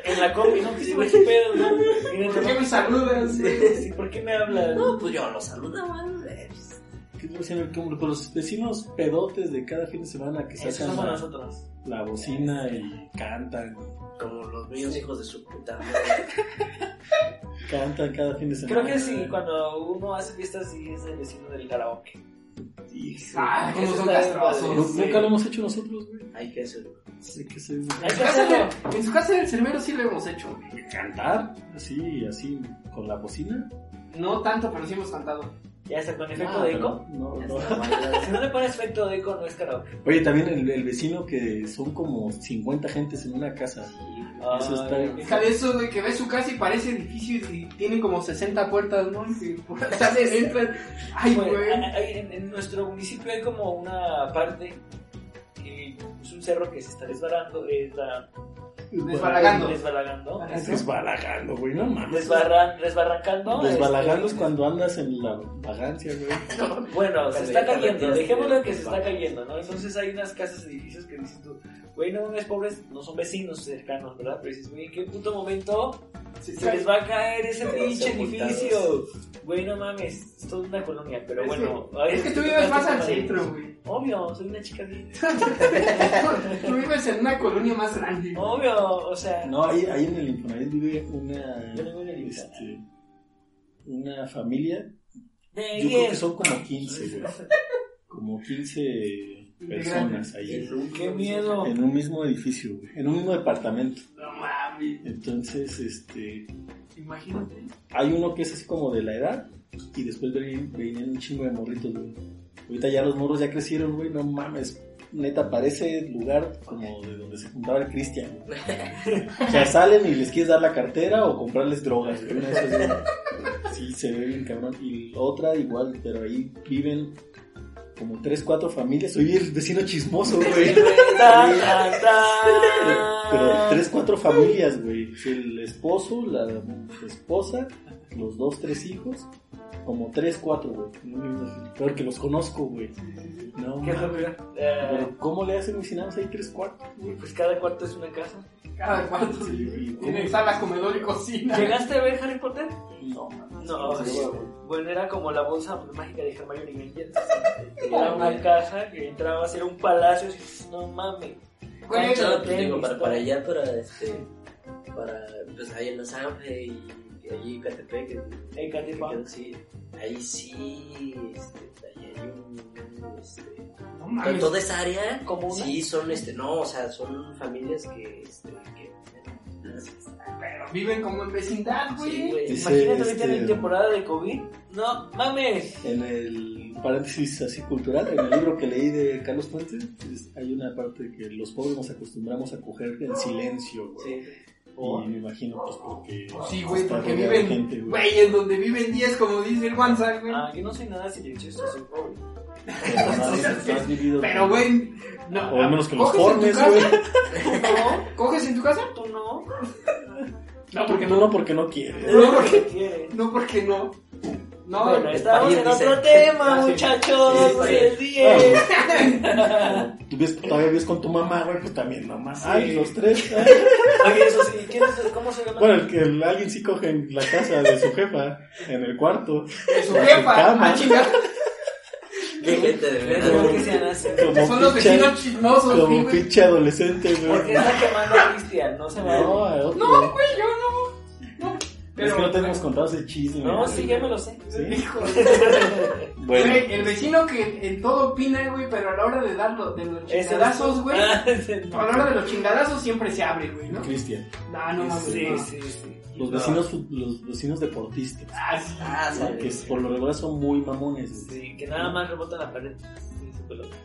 Speaker 3: En la combi, ¿no? Que se ve qué pedo, ¿no? Y de
Speaker 2: ¿Por qué me
Speaker 3: repente,
Speaker 2: saludas? güey?
Speaker 3: sí, ¿Por qué me hablas?
Speaker 5: No, pues yo lo saludaba. eh, pues,
Speaker 4: ¿Qué te decían? Como con los vecinos pedotes de cada fin de semana
Speaker 2: pues,
Speaker 4: que
Speaker 3: Esos
Speaker 4: sacan
Speaker 3: somos
Speaker 4: la,
Speaker 3: nosotros.
Speaker 4: la bocina y cantan.
Speaker 5: Como los míos hijos de su puta madre.
Speaker 4: Cantan cada fin de semana.
Speaker 3: Creo que sí, cuando uno hace fiestas, sí es el vecino del karaoke.
Speaker 4: Sí, sí.
Speaker 2: Ah, cómo
Speaker 3: Eso
Speaker 2: son
Speaker 3: está
Speaker 4: Pero
Speaker 2: castrosos.
Speaker 4: Nunca lo hemos hecho nosotros, güey.
Speaker 5: Hay que hacerlo.
Speaker 4: Sé que se
Speaker 3: Hay
Speaker 2: En
Speaker 3: que
Speaker 2: su casa
Speaker 3: hacerlo.
Speaker 2: del- En su casa del cerbero sí lo hemos hecho, güey.
Speaker 4: cantar así, así, con la bocina.
Speaker 2: No tanto, pero sí hemos cantado.
Speaker 3: Ya está, con efecto
Speaker 4: Ah,
Speaker 3: de
Speaker 4: pero
Speaker 3: eco.
Speaker 4: No,
Speaker 5: Ya
Speaker 4: no.
Speaker 5: está, vaya.
Speaker 3: Si no le pones efecto de eco, no es karaoke.
Speaker 4: Oye, también el, el vecino que son como 50 gentes en una casa. Eso está
Speaker 3: Ay,
Speaker 4: bien.
Speaker 2: Deja de eso, güey, que ves su casa y parece edificio y tiene como 60 puertas, ¿no? Y que por atrás entran. Ay,
Speaker 3: Bueno,
Speaker 2: güey.
Speaker 3: hay- hay- en, en nuestro municipio hay como una parte que es un cerro que se eh, está desbarando, es la
Speaker 2: Desbalagando. Ah.
Speaker 3: Desbalagando.
Speaker 4: Desbalagando, güey, no mames.
Speaker 3: Desbarra- desbarracando.
Speaker 4: Desbalagando es
Speaker 3: este,
Speaker 4: cuando andas en la vagancia, güey.
Speaker 3: Bueno, se
Speaker 5: Cuando
Speaker 3: está
Speaker 5: ya
Speaker 3: cayendo,
Speaker 5: carreteas,
Speaker 3: dejémoslo que
Speaker 5: ya
Speaker 3: se
Speaker 5: vas.
Speaker 3: está cayendo, ¿no? Entonces hay unas casas, edificios que dices tú, güey, no mames, pobres, no son vecinos cercanos, ¿verdad? Pero dices, güey, ¿en qué puto momento
Speaker 2: Sí,
Speaker 3: se les va a caer ese
Speaker 5: Pero
Speaker 3: pinche
Speaker 5: sepultados.
Speaker 3: edificio? Güey, no mames, es toda una colonia, pero
Speaker 2: Es
Speaker 3: bueno. ay,
Speaker 2: Es que tú vives más al
Speaker 3: Madrid.
Speaker 2: centro, güey.
Speaker 3: Obvio, soy una chica bien.
Speaker 2: Tú vives en una colonia más grande.
Speaker 3: Obvio, o sea.
Speaker 4: No, ahí, ahí en el Infonavit vive una,
Speaker 3: Yo no vivo en el Infonavit.
Speaker 4: este, una familia.
Speaker 3: De
Speaker 4: Yo creo que
Speaker 3: 10.
Speaker 4: son como 15, güey. Como 15 personas ahí.
Speaker 3: Qué miedo.
Speaker 4: En un mismo edificio, güey. En un mismo departamento.
Speaker 2: No mames.
Speaker 4: Entonces, este.
Speaker 2: Imagínate.
Speaker 4: Hay uno que es así como de la edad. Y después ven- venían un chingo de morritos, güey. Ahorita ya los morros ya crecieron, güey. No mames. Neta, parece el lugar como de donde se juntaba el Cristian. güey. O sea, salen y les quieres dar la cartera o comprarles drogas. güey. Una de esas, güey. sí, se ve bien cabrón. Y otra igual, pero ahí viven como tres, cuatro familias. Soy el vecino chismoso, güey.
Speaker 3: Tan, tan, tan.
Speaker 2: Ah.
Speaker 4: Pero tres, cuatro familias, güey. El esposo, la esposa, los dos, tres hijos. Como tres, cuatro, güey. Claro que los conozco, güey. No,
Speaker 3: Qué
Speaker 4: mames.
Speaker 3: horror. Eh,
Speaker 4: pero ¿cómo le hacen vecinados ahí tres, cuatro?
Speaker 3: Pues cada cuarto es una casa.
Speaker 2: Cada cuarto.
Speaker 4: Sí, güey. ¿Cómo?
Speaker 2: Tiene sala, comedor y cocina.
Speaker 3: ¿Llegaste a ver Harry Potter?
Speaker 4: No,
Speaker 3: No,
Speaker 4: Sí,
Speaker 3: sí.
Speaker 4: güey.
Speaker 3: bueno, era como la bolsa mágica de Hermione Granger. Era una casa que entrabas, era un palacio, y dices, no mames.
Speaker 2: Güey,
Speaker 3: Concha,
Speaker 5: No, pues, digo,
Speaker 3: tenis,
Speaker 5: para,
Speaker 3: todo.
Speaker 5: para allá, para este. Para. Pues ahí en la Zanje y, y allí en Catepec. en-
Speaker 3: En Catepec.
Speaker 5: que quedó, sí. Ahí sí. Este, ahí hay un. Este,
Speaker 2: No
Speaker 5: En
Speaker 2: mames.
Speaker 5: toda esa área,
Speaker 3: ¿Como una?
Speaker 5: sí, son, este, no, o sea, son familias que, este, que,
Speaker 2: Pero viven como en vecindad,
Speaker 5: sí,
Speaker 2: güey.
Speaker 5: güey.
Speaker 4: Dice,
Speaker 3: Imagínate ahorita
Speaker 4: este,
Speaker 3: en temporada de COVID. No mames.
Speaker 4: En el paréntesis así cultural, en el libro que leí de Carlos Fuentes, es- hay una parte que los pobres nos acostumbramos a coger en silencio, güey.
Speaker 3: Oh,
Speaker 4: Y me imagino, pues, porque...
Speaker 2: Oh. Sí, güey,
Speaker 4: está
Speaker 2: porque
Speaker 4: rodeado de gente,
Speaker 2: viven, güey, en donde viven 10, como dice el Wanza, güey.
Speaker 3: Ah, yo no soy nada silencioso, soy pobre.
Speaker 4: Pero no has- no has vivido-
Speaker 2: Pero, güey, no.
Speaker 4: O al menos que los
Speaker 2: ¿Coges en tu
Speaker 4: formes,
Speaker 2: casa?
Speaker 4: güey.
Speaker 2: ¿No? ¿Coges en tu casa?
Speaker 3: ¿Tú
Speaker 2: No,
Speaker 3: no?
Speaker 4: Porque
Speaker 2: porque
Speaker 4: no,
Speaker 2: no.
Speaker 4: no, porque no quiere.
Speaker 3: Es lo que quieres.
Speaker 2: No, porque no. No,
Speaker 3: Bueno,
Speaker 2: güey.
Speaker 3: estamos en
Speaker 5: Dice-
Speaker 3: otro tema,
Speaker 2: Ah, sí.
Speaker 3: muchachos.
Speaker 5: Sí, sí.
Speaker 3: del
Speaker 4: Ah,
Speaker 3: 10.
Speaker 4: güey. Tú ves, todavía ves con tu mamá, güey, pues también mamá.
Speaker 2: Sí.
Speaker 4: Ay, los tres. ay.
Speaker 3: Oye, eso sí, ¿quién es- ¿cómo se llama?
Speaker 4: Bueno, el que el- alguien sí coge en la casa de su jefa, en el cuarto.
Speaker 2: De su
Speaker 4: en
Speaker 2: jefa,
Speaker 4: cama.
Speaker 2: ah, chinga.
Speaker 5: Qué gente de
Speaker 3: Creo
Speaker 5: verdad.
Speaker 3: que sean así.
Speaker 4: Como
Speaker 2: Son los
Speaker 4: pinche-
Speaker 2: vecinos chismosos,
Speaker 4: Como
Speaker 2: güey.
Speaker 4: pinche adolescente,
Speaker 3: Porque
Speaker 4: güey.
Speaker 3: está quemando a Cristian, no se va
Speaker 4: No, a otro.
Speaker 2: No, güey, yo no. No.
Speaker 4: es que no te hemos contado ese chisme.
Speaker 3: No,
Speaker 4: güey.
Speaker 3: sí, ya me lo sé.
Speaker 4: Sí.
Speaker 2: Hijo
Speaker 4: Bueno,
Speaker 2: Güey, el vecino que en todo opina, güey, pero a la hora de dar lo- de los chingadazos, Eh, güey,
Speaker 3: Ah, ese no.
Speaker 2: a la hora de los chingadazos siempre se abre, güey, ¿no?
Speaker 4: Cristian.
Speaker 2: No, no mames.
Speaker 3: Sí,
Speaker 2: no.
Speaker 3: sí, sí.
Speaker 4: Los vecinos, fut- los vecinos deportistas,
Speaker 2: Ah, sí.
Speaker 5: Ah,
Speaker 4: ¿no?
Speaker 5: sale.
Speaker 4: que es- por lo regular son muy mamones. güey.
Speaker 3: Sí, que nada más rebota la pared. Sí, su pelota.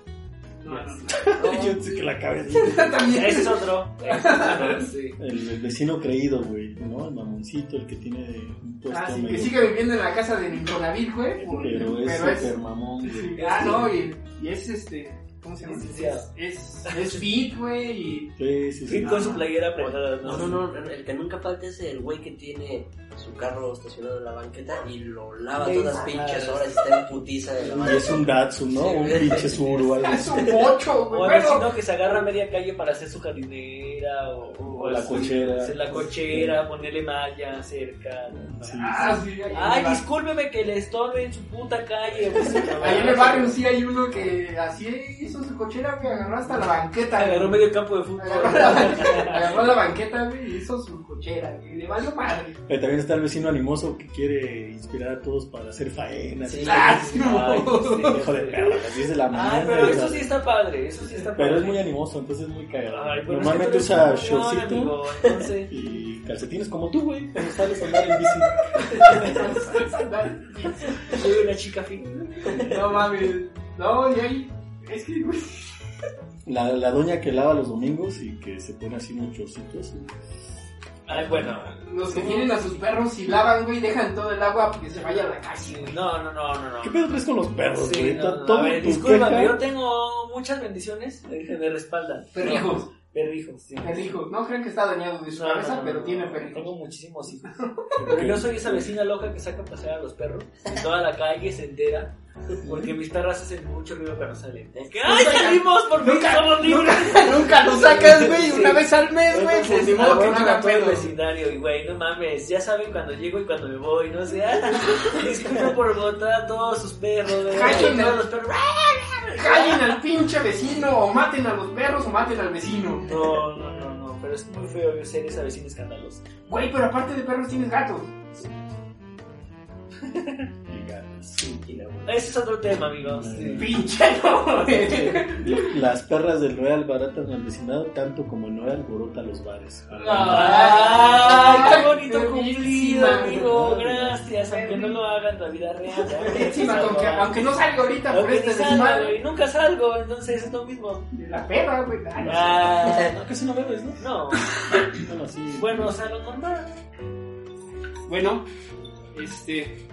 Speaker 2: No, no, no.
Speaker 4: Yo sé que la cabeza.
Speaker 3: Ese es otro.
Speaker 5: Eh,
Speaker 3: Ese es
Speaker 2: Ah,
Speaker 3: otro, sí.
Speaker 4: El, el vecino creído, güey, ¿no? El mamoncito, el que tiene un puesto
Speaker 2: Ah, sí, que
Speaker 4: medio-
Speaker 2: sigue viviendo en la casa de Infonavit, güey. por-
Speaker 4: Pero es
Speaker 2: pero es-
Speaker 4: súper mamón, güey.
Speaker 2: sí, Ah, no, y, y es este. ¿Cómo se llama?
Speaker 3: Licenciado.
Speaker 2: Es, es fit, güey, y.
Speaker 4: Sí, sí, sí.
Speaker 3: Y con su playera apretada,
Speaker 5: No, no, no, el que nunca falta es el güey que tiene su carro estacionado en la banqueta y lo lava
Speaker 3: Sí,
Speaker 5: todas las
Speaker 3: sí.
Speaker 5: pinches horas y está en putiza en la
Speaker 4: Y es
Speaker 5: banqueta.
Speaker 4: un Datsun, ¿no? Un pinche Subaru, algo
Speaker 2: Es
Speaker 4: así.
Speaker 2: un bocho, güey. ah,
Speaker 3: O el
Speaker 2: bueno,
Speaker 3: vecino que se agarra a media calle para hacer su jardinera o,
Speaker 4: O la
Speaker 3: su-
Speaker 4: cochera.
Speaker 3: hacer la cochera, ponerle malla cerca.
Speaker 4: Sí.
Speaker 2: Ah, sí, ahí
Speaker 3: Ay,
Speaker 2: en el
Speaker 3: discúlpeme que le estorbe en su puta calle. pues,
Speaker 2: barrio- Ahí en el barrio sí hay uno que así hizo su cochera, que agarró hasta la banqueta. güey.
Speaker 3: Agarró medio campo de
Speaker 2: Agarró la,
Speaker 3: fútbol.
Speaker 2: agarró la banqueta, güey, y hizo su cochera, güey. Le valió madre.
Speaker 4: Pero Eh, también está el vecino animoso que quiere inspirar a todos para hacer faenas.
Speaker 3: Sí.
Speaker 2: Ah, sí,
Speaker 3: Ay, sí.
Speaker 4: Hijo de perro, a las 10 de la mañana.
Speaker 3: Ay, pero
Speaker 4: o
Speaker 3: eso
Speaker 4: sea,
Speaker 3: sí está padre, eso sí está padre.
Speaker 4: Pero es muy animoso, entonces es muy cagado.
Speaker 3: Ay, pero
Speaker 4: Normalmente
Speaker 3: es que tú
Speaker 4: usa
Speaker 3: eres un cabrón,
Speaker 4: shortcito
Speaker 3: amigo, entonces,
Speaker 4: y calcetines como tú, güey, cuando sales a andar en bici.
Speaker 3: soy una chica fin.
Speaker 2: No mames. No, y ahí. Es que, güey.
Speaker 4: La, la doña que lava los domingos y que se pone así unos chorcitos.
Speaker 3: Ay, bueno.
Speaker 2: Los que tienen a sus perros y lavan, güey, dejan todo el agua porque se vaya a la calle, güey.
Speaker 3: No, no, no, no, no.
Speaker 4: ¿Qué pedo traes con los perros,
Speaker 3: Sí,
Speaker 4: güey?
Speaker 3: no, no,
Speaker 4: Todo
Speaker 3: a ver,
Speaker 4: tu
Speaker 3: discúlpame,
Speaker 4: queja-
Speaker 3: yo tengo muchas bendiciones eh, que me respaldan.
Speaker 2: Perrijos.
Speaker 3: Perrijos, sí.
Speaker 2: Perrijos. No crean que está dañado de su
Speaker 3: No,
Speaker 2: cabeza,
Speaker 3: no, no,
Speaker 2: pero
Speaker 3: no,
Speaker 2: tiene
Speaker 3: no,
Speaker 2: perrijos.
Speaker 3: Tengo muchísimos hijos. Pero yo soy esa vecina loca que saca a pasear a los perros. Y toda la calle se entera. Porque mis perras hacen mucho ruido cuando salen. Es que, ¡ay, salimos! ¡Por fin somos libres!
Speaker 2: Nunca lo sacas, güey,
Speaker 3: Sí.
Speaker 2: una vez al mes, güey.
Speaker 3: Entonces,
Speaker 2: Pues ni
Speaker 3: ah,
Speaker 2: modo que
Speaker 3: bueno,
Speaker 2: no
Speaker 3: me
Speaker 2: haga
Speaker 3: acuerdo
Speaker 2: pedo.
Speaker 3: del vecindario y güey, no mames, ya saben cuando llego y cuando me voy, no sé, ah, disculpa por botar a todos sus perros, güey,
Speaker 2: Cállenme.
Speaker 3: todos los perros, ¡ah!
Speaker 2: Callen al pinche vecino, o maten a los perros, o maten al vecino.
Speaker 3: no, no, no, no, pero es muy feo ser esa vecina escandalosa.
Speaker 2: Güey, pero aparte de perros tienes gatos.
Speaker 3: Sí, y la- Ese es otro tema, amigos.
Speaker 2: Pinche no, güey.
Speaker 4: Las perras del Noel baratan al vecinado tanto como Noel alborota los bares.
Speaker 3: Ah. Ay, qué bonito
Speaker 2: Perrísima.
Speaker 3: cumplido, amigo. Gracias, aunque no lo hagan en la vida real. ya,
Speaker 2: Sí, Encima,
Speaker 3: salgo.
Speaker 2: con que- aunque no salga ahorita por
Speaker 3: Aunque
Speaker 2: este
Speaker 3: ni salgo,
Speaker 2: desmadre.
Speaker 3: güey, nunca salgo, entonces es lo mismo.
Speaker 2: De la perra, güey. Ah, no sé.
Speaker 3: Ah,
Speaker 4: No, casi no bebes, ¿no?
Speaker 3: no.
Speaker 4: Bueno, sí.
Speaker 3: Bueno, o sea, lo normal.
Speaker 2: Bueno, este,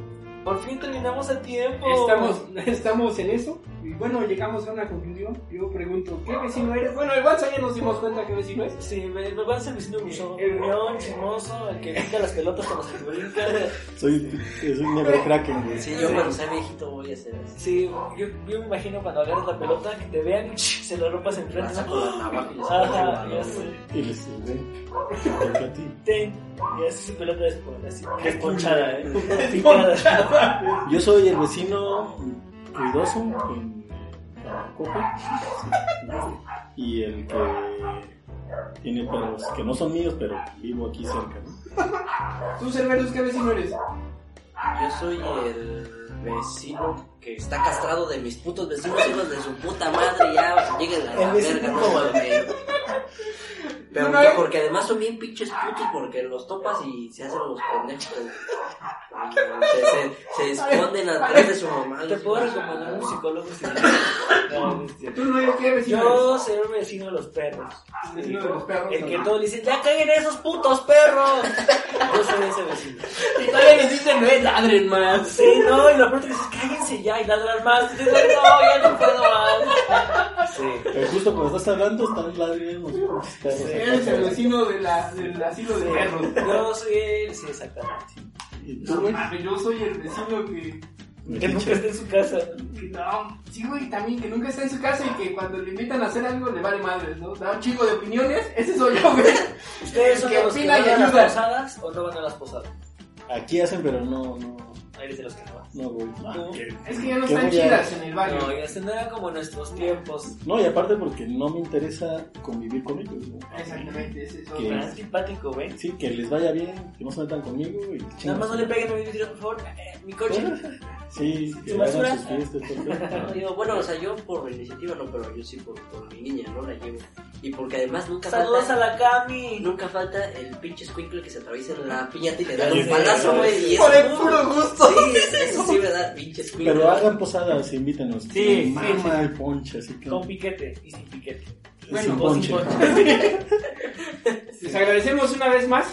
Speaker 3: Por fin terminamos a tiempo.
Speaker 2: estamos, estamos en eso. Y bueno, llegamos a una conclusión. Yo pregunto, ¿qué vecino eres? Bueno, igual ya nos dimos cuenta que vecino es.
Speaker 3: Sí, me, me van a ser vecino gruñón, gruñón, chismoso, el que brinca las pelotas con los que brincan.
Speaker 4: Soy, soy un nevercracken, güey.
Speaker 5: Sí, yo cuando sea viejito voy a hacer así.
Speaker 3: Sí, yo, yo me imagino cuando agarras la pelota, que te vean y se la rompas enfrente.
Speaker 5: Pasa por la navaja y les
Speaker 3: Ajá,
Speaker 5: pongo el
Speaker 3: Ah, ya
Speaker 5: balón,
Speaker 3: sé.
Speaker 5: güey.
Speaker 4: Y les ven. Porque a ti.
Speaker 3: Ten. Y así su pelota es por- así, desponchada, ¿eh? Picada.
Speaker 4: Yo soy el vecino ruidoso en Cojo y el que tiene perros que no son míos, pero vivo aquí cerca. ¿no?
Speaker 2: Tú, Cerberus, ¿qué vecino eres?
Speaker 5: Yo soy el vecino que está castrado de mis putos vecinos, hijos de su puta madre, ya, o sea, lleguen a
Speaker 3: El
Speaker 5: la
Speaker 3: vecino
Speaker 5: verga, no
Speaker 3: incómodo.
Speaker 5: mames. Pero
Speaker 2: No,
Speaker 5: que-
Speaker 2: no.
Speaker 5: porque además son bien pinches putos porque los topas y se hacen los pendejos. Se, se, se esconden atrás de su mamá.
Speaker 3: Te puedo recomendar un psicólogo si quieres. No, no es cierto.
Speaker 2: Tú, Noel, ¿qué vecino eres?
Speaker 3: Yo soy el vecino de los perros.
Speaker 2: Vecino de los perros.
Speaker 3: El que
Speaker 2: ¿no?
Speaker 3: todos le dicen, ya caguen esos putos perros. Yo soy ese vecino.
Speaker 5: Y todavía les dicen, no es ladren más.
Speaker 3: Sí, no, y lo peor que dices, cállense ya y ladran más. Y dices, no, ya no puedo más. Sí.
Speaker 4: Pero Eh, justo cuando estás hablando, están ladriendo los putos perros.
Speaker 2: Eres el vecino de la, del asilo de perros.
Speaker 3: Yo soy él, sí, exactamente.
Speaker 4: Y tú,
Speaker 2: No,
Speaker 4: güey,
Speaker 2: mames, Ah, yo soy el vecino que...
Speaker 4: me
Speaker 3: Que nunca
Speaker 4: pinche-
Speaker 3: esté en su casa.
Speaker 2: que No, sí, güey, también que nunca está en su casa y que cuando le invitan a hacer algo le vale madres, ¿no? Da un chingo de opiniones, ese soy yo, güey.
Speaker 3: ¿Ustedes son
Speaker 2: Que
Speaker 3: de los que
Speaker 2: opina
Speaker 3: van
Speaker 2: y
Speaker 3: a las
Speaker 2: ayuda.
Speaker 3: posadas o no van a las posadas?
Speaker 4: Aquí hacen, pero no, no,
Speaker 3: Eres de los que no van.
Speaker 4: no voy.
Speaker 3: No.
Speaker 2: Es que ya no
Speaker 4: Qué
Speaker 2: están
Speaker 4: buena.
Speaker 2: chidas en el barrio.
Speaker 3: No, ya se no era como nuestros tiempos.
Speaker 4: No, y aparte porque no me interesa convivir con ellos. ¿no?
Speaker 2: Exactamente, ese es
Speaker 4: ¿Qué?
Speaker 2: otro.
Speaker 3: Tan simpático, güey.
Speaker 4: Sí, que les vaya bien, que no se metan conmigo. Y
Speaker 3: Nada
Speaker 4: chingas.
Speaker 3: más no le peguen a mi vidrio, por favor. Eh, Mi coche.
Speaker 4: Sí, que
Speaker 3: ¿Tu basura?
Speaker 4: hagan sus fiestas. todo. Ah.
Speaker 5: Yo, bueno, o sea, yo por iniciativa no, pero yo sí por, por mi niña, ¿no? La llevo. Y porque además nunca
Speaker 3: Saludos
Speaker 5: falta...
Speaker 3: a la Cami.
Speaker 5: Nunca falta el pinche squinkle que se atraviesa en la piñata y le da
Speaker 4: Sí,
Speaker 5: un
Speaker 4: sí,
Speaker 5: palazo,
Speaker 4: sí.
Speaker 5: güey. y
Speaker 2: Por
Speaker 5: eso-
Speaker 2: el puro gusto.
Speaker 5: Sí, eso sí, ¿verdad? Pinche squinkle.
Speaker 4: Pero hagan posadas, invítenos.
Speaker 3: sí,
Speaker 4: mama el ponche, así que.
Speaker 3: Con piquete y sin piquete.
Speaker 4: Bueno,
Speaker 2: Bueno,
Speaker 4: ponche.
Speaker 3: o sin
Speaker 2: Les agradecemos una vez más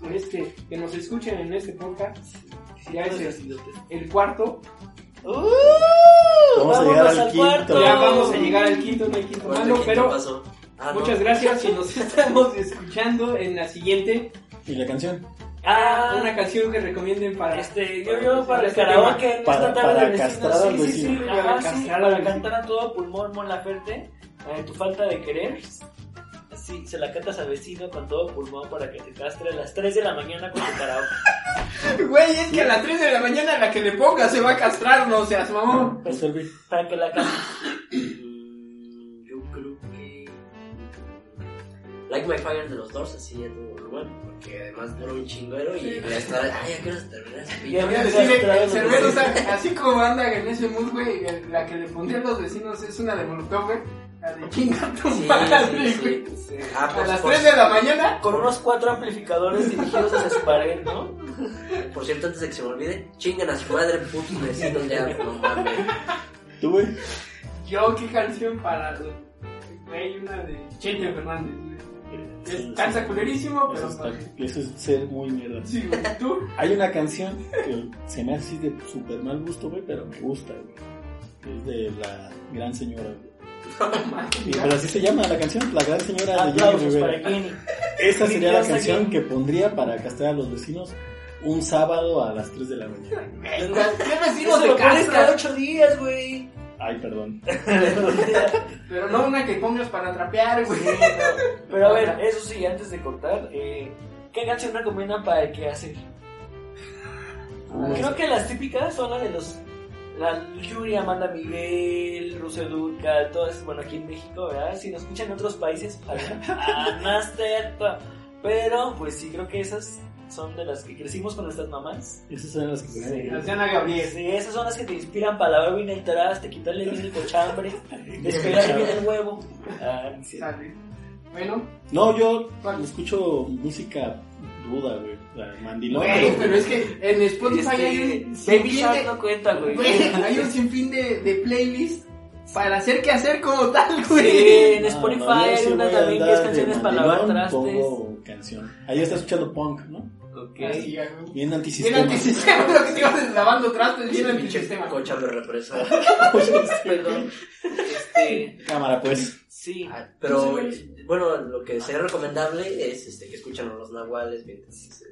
Speaker 2: por este, que nos escuchen en este podcast. Ya es el, el cuarto.
Speaker 3: Uh.
Speaker 4: Vamos a llegar al quinto.
Speaker 2: Ya vamos a llegar al quinto, no hay quinto
Speaker 5: Bueno,
Speaker 2: mando,
Speaker 5: ¿qué
Speaker 2: pero
Speaker 5: pasó? Ah, no.
Speaker 2: muchas gracias y nos estamos escuchando en la siguiente.
Speaker 4: ¿Y la canción?
Speaker 3: Ah,
Speaker 2: Una canción que recomienden para...
Speaker 3: Este, yo yo para el
Speaker 2: Este
Speaker 3: karaoke en
Speaker 4: Para-
Speaker 3: esta tarde
Speaker 4: para
Speaker 3: de vecinos.
Speaker 4: castrar al
Speaker 3: sí, sí, sí,
Speaker 4: vecino.
Speaker 3: ajá,
Speaker 2: Para
Speaker 3: sí,
Speaker 2: castrar al
Speaker 3: para
Speaker 2: vecino.
Speaker 3: cantar a todo pulmón, Mon Laferte, eh, tu falta de querer. Así, se la cantas al vecino con todo pulmón para que te castre a las 3 de la mañana con tu karaoke.
Speaker 2: Güey, es que a las 3 de la mañana la que le ponga se va a castrar, no seas mamón.
Speaker 4: ¿Para servir?
Speaker 3: Para que la cantes.
Speaker 5: Mm, Yo creo que. Like My Fire de los Doors, así en todo lugar. Porque además dura un chinguero y voy a estar. Ay, ¿a qué hora se termina ese
Speaker 3: Ya,
Speaker 5: pinche?
Speaker 3: ya.
Speaker 2: Mira, decirle, el Cerbero está- así como anda en ese mood, güey, eh, la que le pondrían los vecinos es una de Molotov, güey. La de chinga tu
Speaker 5: Sí,
Speaker 2: madre,
Speaker 5: sí,
Speaker 2: güey.
Speaker 5: sí. Ah,
Speaker 2: A
Speaker 5: por-
Speaker 2: las
Speaker 5: por-
Speaker 2: 3 de la mañana.
Speaker 3: Con unos cuatro amplificadores dirigidos hacia su pared, ¿no?
Speaker 5: Por cierto, antes de que se me olvide, chingan a su madre, putos vecinos ya. No mames.
Speaker 4: ¿Tú, güey?
Speaker 2: Yo, qué canción para. Güey, una de Chente Fernández, güey. Es cansa culerísimo,
Speaker 4: Eso,
Speaker 2: pero.
Speaker 4: está- eso es ser muy mierda.
Speaker 2: Sí, güey. Tú,
Speaker 4: Hay una canción que se me hace así de súper mal gusto, güey, pero me gusta, güey. Es de la gran señora, güey.
Speaker 3: Oh,
Speaker 4: Y- Pero así se llama la canción, La Gran Señora de Jenny
Speaker 3: Aplausos
Speaker 4: Rivera.
Speaker 3: para Kenny.
Speaker 4: Esa sería la
Speaker 3: Dios,
Speaker 4: canción
Speaker 3: aquí.
Speaker 4: que pondría para castrar a los vecinos un sábado a las 3 de la mañana.
Speaker 2: ¿Qué
Speaker 3: Eso
Speaker 2: vecinos
Speaker 3: lo
Speaker 2: de
Speaker 3: pones
Speaker 2: casa?
Speaker 3: cada ocho días, güey.
Speaker 4: Ay, perdón.
Speaker 2: Pero no una que pongas para trapear, güey. Ah,
Speaker 3: Pero a ver, eh, eso sí, antes de cortar, eh, ¿qué canción recomiendan para el quehacer?
Speaker 2: Ah,
Speaker 3: Creo que las típicas son las de los. La Yuri, Amanda Miguel, Rusio Duca, todo eso, bueno, aquí en México, ¿verdad? Si nos escuchan en otros países, anaster, pero pues sí, creo que esas son de las que crecimos con nuestras mamás.
Speaker 4: Esas eran las que ponían en-
Speaker 2: Anciana Gabriel.
Speaker 3: Sí, esas son las que te inspiran para lavar bien el traste, quitarle bien el cochambre, despegar bien el huevo. Ah, sí.
Speaker 2: Sale. Bueno,
Speaker 4: No, yo escucho música ruda, güey. La mandilón.
Speaker 2: güey,
Speaker 4: pero-
Speaker 2: pero es que en Spotify hay un
Speaker 3: Este, Baby
Speaker 2: sinfín
Speaker 3: Shark
Speaker 2: de-
Speaker 3: no cuenta, güey.
Speaker 2: güey, hay un sinfín de, de playlists para hacer que hacer como tal,
Speaker 3: Sí,
Speaker 2: güey.
Speaker 3: Pues, en
Speaker 4: No,
Speaker 3: Spotify
Speaker 4: Ah, no, yo
Speaker 3: hay
Speaker 4: sí
Speaker 3: una
Speaker 4: voy a
Speaker 3: también que
Speaker 4: andar
Speaker 3: es
Speaker 4: de
Speaker 3: canciones para
Speaker 4: mandilón,
Speaker 3: lavar trastes.
Speaker 4: Pongo canción. Ahí está escuchando punk, ¿no?
Speaker 3: Ok.
Speaker 2: Así, güey.
Speaker 4: Bien
Speaker 2: Bien
Speaker 4: antisistema.
Speaker 2: antisistema lo que te ibas lavando trastes, bien
Speaker 5: Pinche
Speaker 2: antisistema.
Speaker 5: cocha me represa.
Speaker 3: Perdón. Este,
Speaker 4: Cámara, pues.
Speaker 3: sí.
Speaker 5: Ah, Pero bueno, lo que sería recomendable es este, que escuchen a los nahuales mientras. este,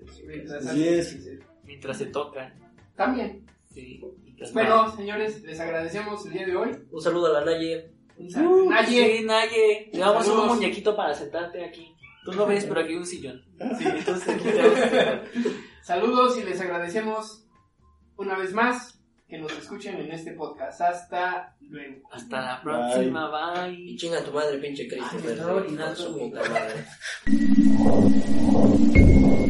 Speaker 4: Así es.
Speaker 3: Mientras se tocan.
Speaker 2: También.
Speaker 3: Sí. mientras-
Speaker 2: Bueno, señores, les agradecemos el día de hoy.
Speaker 5: Un saludo a la Naye.
Speaker 2: Un saludo.
Speaker 3: Uh,
Speaker 2: Nadie.
Speaker 3: Sí, Naye. Le damos un
Speaker 2: Saludos.
Speaker 3: muñequito para sentarte aquí. Tú no ves, pero aquí hay un sillón. Sí, entonces aquí te vamos a sentar.
Speaker 2: Saludos y les agradecemos una vez más que nos escuchen en este podcast. Hasta luego.
Speaker 3: Hasta la próxima. Bye.
Speaker 5: Y chinga tu madre, pinche Cristo.
Speaker 3: Ay, me estaba orinando, güey.
Speaker 5: madre.